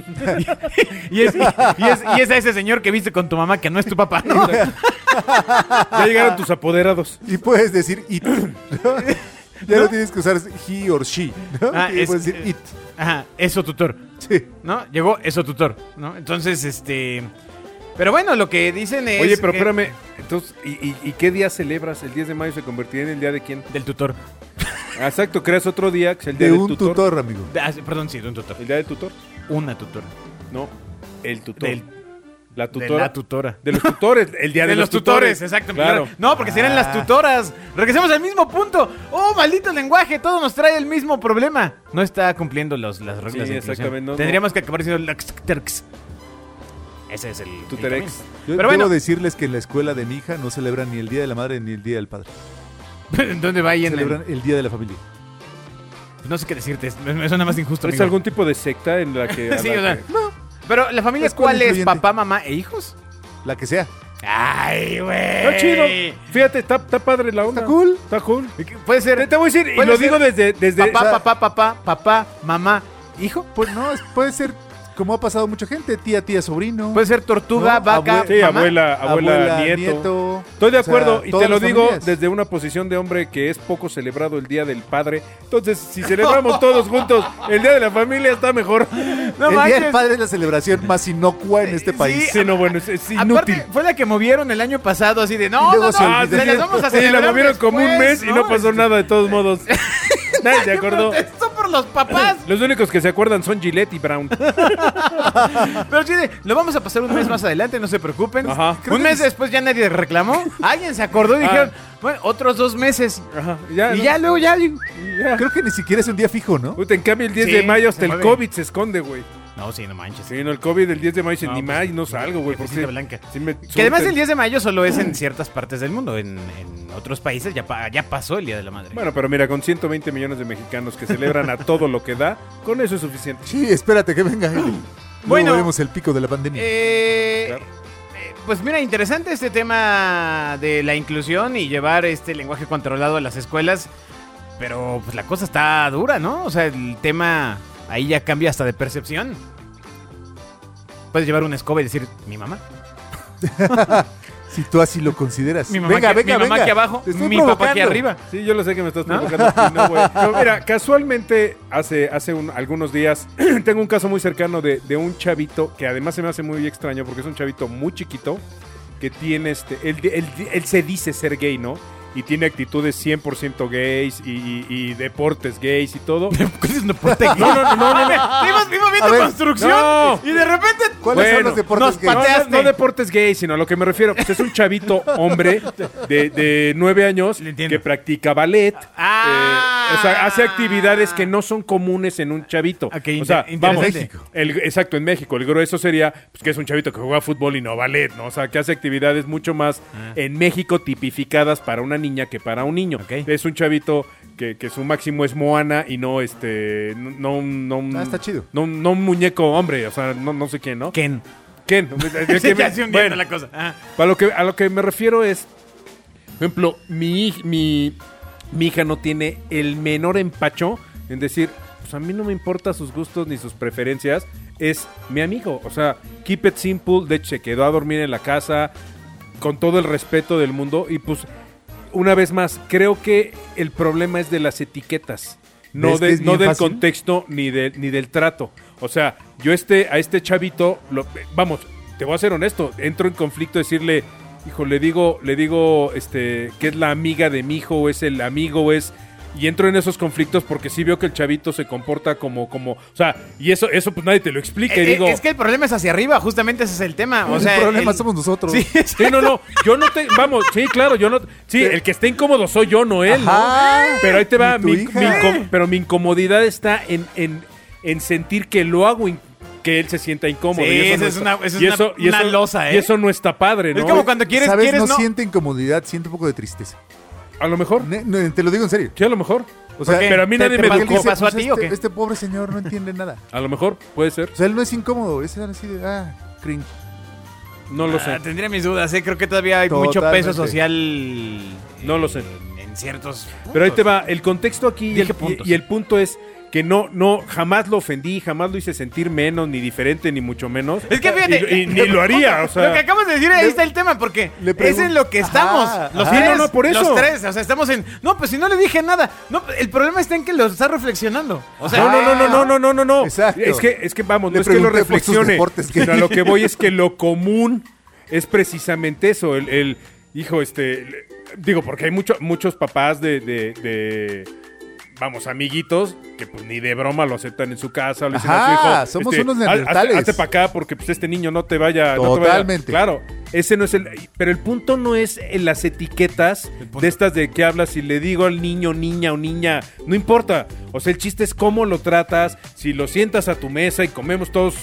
S3: *laughs* y, es, y es- y es a ese señor que viste con tu mamá que no es tu papá.
S2: *laughs*
S3: ¿no?
S4: Ya llegaron tus apoderados.
S2: Y puedes decir it.
S3: *laughs*
S2: ya no tienes que usar he or she. ¿no?
S3: Ah,
S2: Y
S3: es-
S2: puedes decir
S3: eh,
S2: it.
S3: Ajá, eso tutor.
S2: Sí.
S3: ¿no? Llegó eso tutor, ¿no? Entonces, este... Pero bueno, lo que dicen es...
S4: Oye, pero
S3: que-
S4: espérame. Entonces, ¿y, y, y qué día celebras? ¿El 10 de mayo se convertirá en el día de quién?
S3: Del tutor.
S4: Ah, Exacto, creas otro día, que es el día
S2: De
S4: del
S2: un tutor,
S4: tutor.
S2: amigo.
S3: Ah, sí, perdón, sí, de un tutor.
S4: ¿El día del tutor?
S3: Una tutora.
S4: No, el tutor.
S3: Del-
S4: la
S3: De
S4: tutora.
S3: la tutora.
S4: De los tutores, el día
S3: De,
S4: de,
S3: los tutores, exacto.
S4: Claro. Ah.
S3: No, porque serían las tutoras. Regresemos al mismo punto. Oh, maldito lenguaje, todo nos trae el mismo problema. No está cumpliendo los, las reglas.
S4: Sí,
S3: de inclusión.
S4: exactamente, no,
S3: Tendríamos que acabar siendo laxterx. Ese es el... el
S4: Tuterex.
S3: camino.
S2: Yo
S3: Pero
S2: Pero
S3: bueno.
S2: debo decirles que en la escuela de mi hija no celebran ni el Día de la Madre ni el Día del Padre.
S3: *laughs* ¿Dónde va ahí en el-
S2: Celebran el Día de la Familia.
S3: No sé qué decirte, es- me, me suena más injusto.
S4: ¿Es
S3: amigo.
S4: algún tipo de secta en la
S3: *laughs*
S4: que... a
S3: Sí,
S4: la
S3: o sea,
S4: que-
S3: Pero la familia,
S2: Escuela
S3: ¿cuál es?
S2: incluyente.
S3: ¿Papá, mamá e hijos?
S2: La que sea.
S3: Ay, güey.
S4: Está
S3: eh.
S4: chido. Fíjate, está, está padre la onda.
S2: Está cool.
S4: Está cool.
S3: Puede ser.
S4: Te, te voy a decir, y
S3: Puede
S4: lo
S3: ser
S4: digo desde... desde
S3: papá,
S4: o sea,
S3: papá, papá, papá, mamá, hijo.
S2: Pues no, es- puede ser como ha pasado mucha gente, tía, tía, sobrino.
S3: Puede ser tortuga,
S2: No,
S3: vaca,
S2: abue-
S4: Sí,
S3: mamá.
S4: abuela, abuela, nieto. Estoy de
S2: O sea,
S4: acuerdo, y te
S2: todas
S4: lo
S2: las
S4: digo
S2: familias.
S4: desde una posición de hombre que es poco celebrado el Día del Padre. Entonces,
S2: *laughs*
S4: si celebramos todos juntos el Día de la Familia, está mejor.
S3: No
S2: el Día
S3: manches.
S2: del Padre es la celebración más inocua en este
S3: Sí,
S2: país.
S4: Sí, no, bueno, es, es
S3: Aparte,
S4: inútil.
S3: fue la que movieron el año pasado así de no,
S2: Y luego
S3: no, no,
S2: se
S3: ah,
S2: olvidó.
S3: se las vamos a
S4: Sí,
S3: celebrar
S4: la movieron como un
S3: después, Este,
S4: mes y no pasó
S3: *laughs*
S4: nada de todos modos. Nadie se acordó.
S3: Esto por los papás.
S4: Los únicos que se acuerdan son Gillette y Brown.
S3: Pero sí, de, lo vamos a pasar un mes más adelante, no se preocupen.
S4: Ajá. Creo
S3: Un
S4: que
S3: mes después ya nadie reclamó. Alguien se acordó y
S4: Ah.
S3: dijeron, bueno, otros dos meses.
S4: Ajá, ya,
S3: y
S4: ¿no?
S3: ya luego ya.
S4: Ya.
S2: Creo que ni siquiera es un día fijo, ¿no?
S4: Puta, en cambio, el 10
S3: Sí,
S4: de mayo hasta
S3: se
S4: el
S3: mueve.
S4: COVID se esconde, güey.
S3: No, sí, no manches.
S4: Sí, no, el COVID el 10 de mayo dice,
S3: No,
S4: ni
S3: pues,
S4: más y no salgo, güey.
S3: qué
S4: porque
S3: cosita blanca.
S4: sí me
S3: Que además el
S4: surten.
S3: 10 de mayo solo es en ciertas partes del mundo. En, en otros países ya, pa- ya pasó el Día de la Madre.
S4: Bueno, pero mira, con 120 millones de mexicanos que celebran a todo lo que da, con eso es suficiente.
S3: *gasps*
S2: Sí, espérate que venga. Luego
S3: Bueno.
S2: veremos el pico de la pandemia.
S3: Eh,
S4: Claro.
S3: eh, pues mira, interesante este tema de la inclusión y llevar este lenguaje controlado a las escuelas. Pero pues la cosa está dura, ¿no? O sea, el tema ahí ya cambia hasta de percepción. Puedes llevar una escoba y decir, mi mamá.
S2: Si tú así lo consideras.
S3: Mi mamá
S2: venga,
S3: aquí-
S2: venga,
S3: mi mamá
S2: venga.
S3: aquí abajo,
S2: Te estoy
S3: mi papá aquí
S2: provocando. *laughs*
S3: arriba.
S4: Sí, yo lo sé que me estás provocando. y no, *laughs* güey. No, mira, casualmente hace, hace un- algunos días *clears throat* tengo un caso muy cercano de, de un chavito que además se me hace muy extraño porque es un chavito muy chiquito que tiene este... Él, él- él se dice ser gay, ¿no? Y tiene actitudes 100% gays y, y- y deportes gays y *laughs* todo.
S3: *laughs* No, no, no, no. no. Ibas ibas viendo
S2: A ver,
S3: construcción
S4: no.
S3: y de repente
S2: ¿Cuáles son
S4: Bueno,
S2: los deportes
S3: nos
S2: que-
S4: No, no,
S3: pateaste.
S4: No, deportes gay, sino a lo que me refiero. Pues es un chavito hombre *laughs* de, de nueve años
S3: Le entiendo.
S4: que practica ballet.
S3: Ah.
S4: eh, o sea, hace actividades que no son comunes en un chavito.
S3: Ok,
S4: o sea,
S3: Ah, inter-
S4: vamos.
S3: interesante.
S4: el- exacto, en México. El grueso sería pues, que es un chavito que juega fútbol y no ballet, ¿no? O sea, que hace actividades mucho más
S3: Ah.
S4: en México tipificadas para una niña que para un niño.
S3: Ok.
S4: Es un chavito que, que su máximo es Moana y no este. No, no, un- no un-
S2: Ah, está chido.
S4: No, un- no un muñeco hombre, o sea, no, no sé quién, ¿no?
S3: *laughs* Ken.
S4: Ken. *laughs*
S3: Sí, ya se hundiendo
S4: Bueno,
S3: la cosa. Ah.
S4: a lo, que, a lo que me refiero es, por ejemplo, mi, hij- mi, mi hija no tiene el menor empacho en decir, pues a mí no me importa sus gustos ni sus preferencias, es mi amigo. O sea, keep it simple, de hecho se quedó a dormir en la casa, con todo el respeto del mundo y pues una vez más creo que el problema es de las etiquetas no
S2: ¿Ves que
S4: de-
S2: es
S4: no
S2: bien
S4: del
S2: fácil?
S4: contexto ni de- ni del trato o sea yo este a este chavito lo- vamos te voy a ser honesto entro en conflicto decirle hijo le digo le digo este que es la amiga de mi hijo o es el amigo o es y entro en esos conflictos porque sí veo que el chavito se comporta como como o sea y eso eso pues nadie te lo explica y
S3: Eh, eh,
S4: digo
S3: es que el problema es hacia arriba, justamente ese es el tema. O sea,
S2: el problema
S3: el-
S2: somos nosotros.
S3: Sí, es-
S4: *laughs* Sí, no, no. Yo no te. Vamos, sí, claro, yo no. Sí, el que está incómodo soy yo, no él. ¿no?
S2: Ajá.
S4: Pero ahí te va.
S2: Ni tu
S4: Mi,
S2: hija.
S4: mi incom- pero mi incomodidad está en, en, en sentir que lo hago. in- que él se sienta incómodo.
S3: Sí,
S4: y eso
S3: esa
S4: no
S3: es
S4: está-
S3: una- esa es
S4: y
S3: una-
S4: eso- y
S3: una
S4: eso-
S3: losa, ¿eh?
S4: Y eso no está padre, ¿no?
S3: Es como cuando quieres,
S2: ¿Sabes?
S3: quieres,
S2: no,
S3: no.
S2: siente incomodidad, siente un poco de tristeza.
S4: A lo mejor.
S2: Ne- ne- te lo digo en serio.
S4: Sí, a lo mejor.
S2: O sea,
S3: qué?
S4: pero a mí
S3: ¿Te-
S4: nadie
S3: te
S4: me pues,
S3: pasó-
S4: educó.
S3: te pasó a ti
S2: este,
S3: o qué?
S2: este pobre señor no entiende nada.
S4: A lo mejor, puede ser.
S2: O sea, él no es incómodo, es así de, ah, cringe.
S4: No lo sé.
S3: Ah, tendría mis dudas, ¿eh? creo que todavía hay mucho
S2: Totalmente.
S3: peso social.
S4: No
S3: eh,
S4: lo sé.
S3: En ciertos.
S4: Pero ahí
S3: puntos.
S4: te va, el contexto aquí y
S3: Dije
S4: el,
S3: puntos.
S4: y- y el punto es que no, no, jamás lo ofendí, jamás lo hice sentir menos, ni diferente, ni mucho menos.
S3: Es que fíjate.
S4: Y, y ni lo haría, o sea.
S3: Lo que acabas de decir, ahí está el tema, porque
S2: le
S3: es en lo que
S2: pregun-
S3: estamos.
S2: Ajá,
S3: los
S4: ajá. Sí,
S3: tres.
S4: no, no, por eso.
S3: Los tres. O sea, estamos en. No, pues si no le dije nada. No, el problema está en que lo está reflexionando. O sea,
S4: no, no, no, no, no, no, no, no, no.
S2: Exacto.
S4: Es que, es que vamos,
S2: Le
S4: no es que lo
S2: pregunté por sus
S4: reflexione.
S2: deportes que-
S4: Pero a lo que voy es que lo común es precisamente eso. El, el- hijo, este. le- Digo, porque hay mucho- muchos papás de. de- de- Vamos, amiguitos, que pues ni de broma lo aceptan en su casa. Le dicen a su
S2: Ajá,
S4: hijo, este,
S2: somos unos
S4: haz-
S2: neandertales.
S4: Hazte, para acá porque pues este niño no te vaya. no te vaya".
S2: Totalmente.
S4: Claro, ese no es el. Pero el punto no es en las etiquetas de estas de que hablas. Si le digo al niño, niña o niña, no importa. O sea, el chiste es cómo lo tratas. Si lo sientas a tu mesa y comemos todos.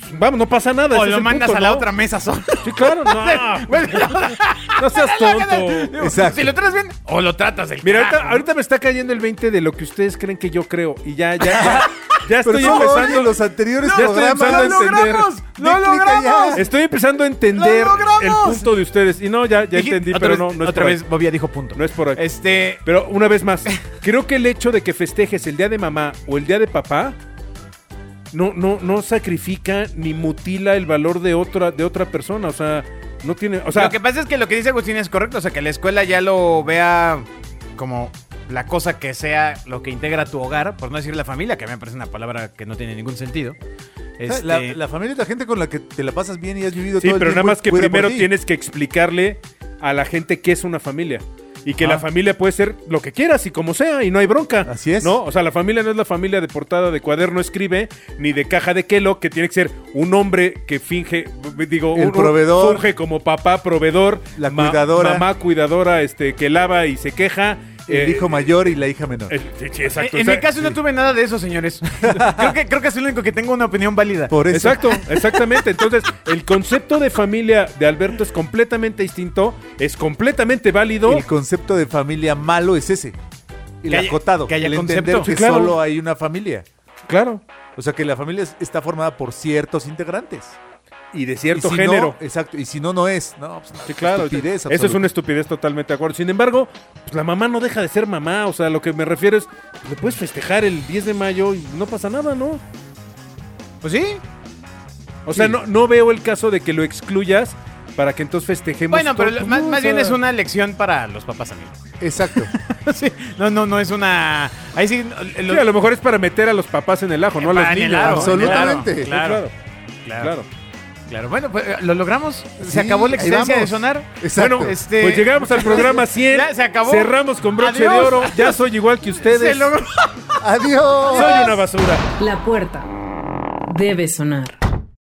S4: pues, vamos, no pasa
S3: O
S4: nada. ese es
S3: lo
S4: el
S3: mandas
S4: punto,
S3: a la
S4: ¿no?
S3: otra mesa
S4: *laughs*
S3: solo.
S4: Sí,
S3: *laughs*
S4: claro, no. no seas tonto.
S2: Exacto.
S3: Si lo tratas bien, o lo tratas del
S4: Mira, ahorita,
S3: carajo.
S4: ahorita me está cayendo el 20 de lo que ustedes creen que yo creo. Y ya, ya, ya. Ya
S2: Pero
S4: estoy
S2: solo oye
S4: empezando.
S2: los anteriores
S4: No, ya estoy
S2: programas.
S4: empezando a entender.
S2: ¡Lo logramos!
S4: Estoy empezando a entender
S3: ¡Lo logramos!
S4: el punto de ustedes. Y no, ya, ya
S3: Dije-
S4: entendí,
S3: otra
S4: pero
S3: vez-
S4: no, no es
S3: Otra
S4: por
S3: vez,
S4: ahí.
S3: Bobia dijo punto.
S4: No es por ahí.
S3: Este.
S4: Pero una vez
S3: *laughs*
S4: más, creo que el hecho de que festejes el día de mamá o el día de papá no, no, no sacrifica ni mutila el valor de otra, de otra persona. O sea, no tiene. O sea,
S3: lo que pasa es que lo que dice Agustín es correcto, o sea, que la escuela ya lo vea como la cosa que sea lo que integra tu hogar, por no decir la familia, que a mí me parece una palabra que no tiene ningún sentido.
S4: Eh,
S3: Este,
S2: Eh, La, la familia es la gente con la que te la pasas bien y has vivido
S4: Sí,
S2: todo el
S4: pero nada
S2: tiempo y
S4: más que
S2: cuida por
S4: primero
S2: ti.
S4: tienes que explicarle a la gente qué es una familia. Y que la
S2: Ah.
S4: familia puede ser lo que quieras y como sea, y no hay bronca.
S2: Así es.
S4: ¿No? O sea, la familia no es la familia de portada de cuaderno escribe, ni de caja de Kellogg, que tiene que ser un hombre que finge, digo,
S2: El
S4: un-
S2: proveedor.
S4: Funge como papá proveedor.
S2: La cuidadora.
S4: Mamá cuidadora, este, que lava y se queja.
S2: El
S4: eh,
S2: hijo mayor y la hija menor.
S4: eh, sí, sí, exacto.
S3: en
S4: O sea,
S3: mi caso no
S4: sí.
S3: tuve nada de eso, señores. *laughs* creo, que, creo que es el único que tengo una opinión válida.
S2: por eso.
S4: Exacto, exactamente. Entonces, el concepto de familia de Alberto es completamente distinto, es completamente válido.
S2: El concepto de familia malo es ese. El
S3: Que haya-
S2: acotado.
S3: que haya
S2: el
S3: concepto.
S2: entender que
S4: Sí, claro.
S2: solo hay una familia.
S4: Claro.
S2: O sea, que la familia es- está formada por ciertos integrantes.
S4: y de cierto
S2: Y si no,
S4: género.
S2: exacto. Y si no, no es. No, pues,
S4: Sí, claro.
S2: Estupidez
S4: Eso es
S2: absoluta.
S4: una estupidez totalmente de acuerdo. Sin embargo, pues, la mamá no deja de ser mamá. O sea, lo que me refiero es, le puedes festejar el 10 de mayo y no pasa nada, ¿no?
S3: Pues sí.
S4: O sea, no, no veo el caso de que lo excluyas para que entonces festejemos.
S3: Bueno, pero
S4: todo.
S3: lo- más,
S4: No, o
S3: más
S4: sea,
S3: bien es una lección para los papás amigos. *laughs*
S4: *laughs*
S2: Exacto.
S3: Sí, No, no, no es una. Ahí sí. no, lo-
S4: sí, a lo mejor es para meter a los papás en el ajo, no a los
S3: para en
S4: niños.
S3: el aro,
S2: absolutamente.
S3: en el
S4: Sí,
S3: aro,
S4: claro,
S3: claro,
S4: claro.
S3: claro, claro. Bueno, pues eh, lo logramos.
S2: Sí,
S3: Se acabó la
S2: ahí
S3: existencia de
S2: vamos.
S3: sonar.
S2: Exacto.
S3: Bueno, este.
S4: Pues llegamos al
S3: *laughs*
S4: programa 100.
S3: Ya, se acabó.
S4: Cerramos con broche de
S3: Adiós.
S4: oro. Ya soy igual
S3: *laughs*
S4: que ustedes.
S3: Se logró.
S2: Adiós.
S4: Soy una basura.
S1: La puerta debe sonar.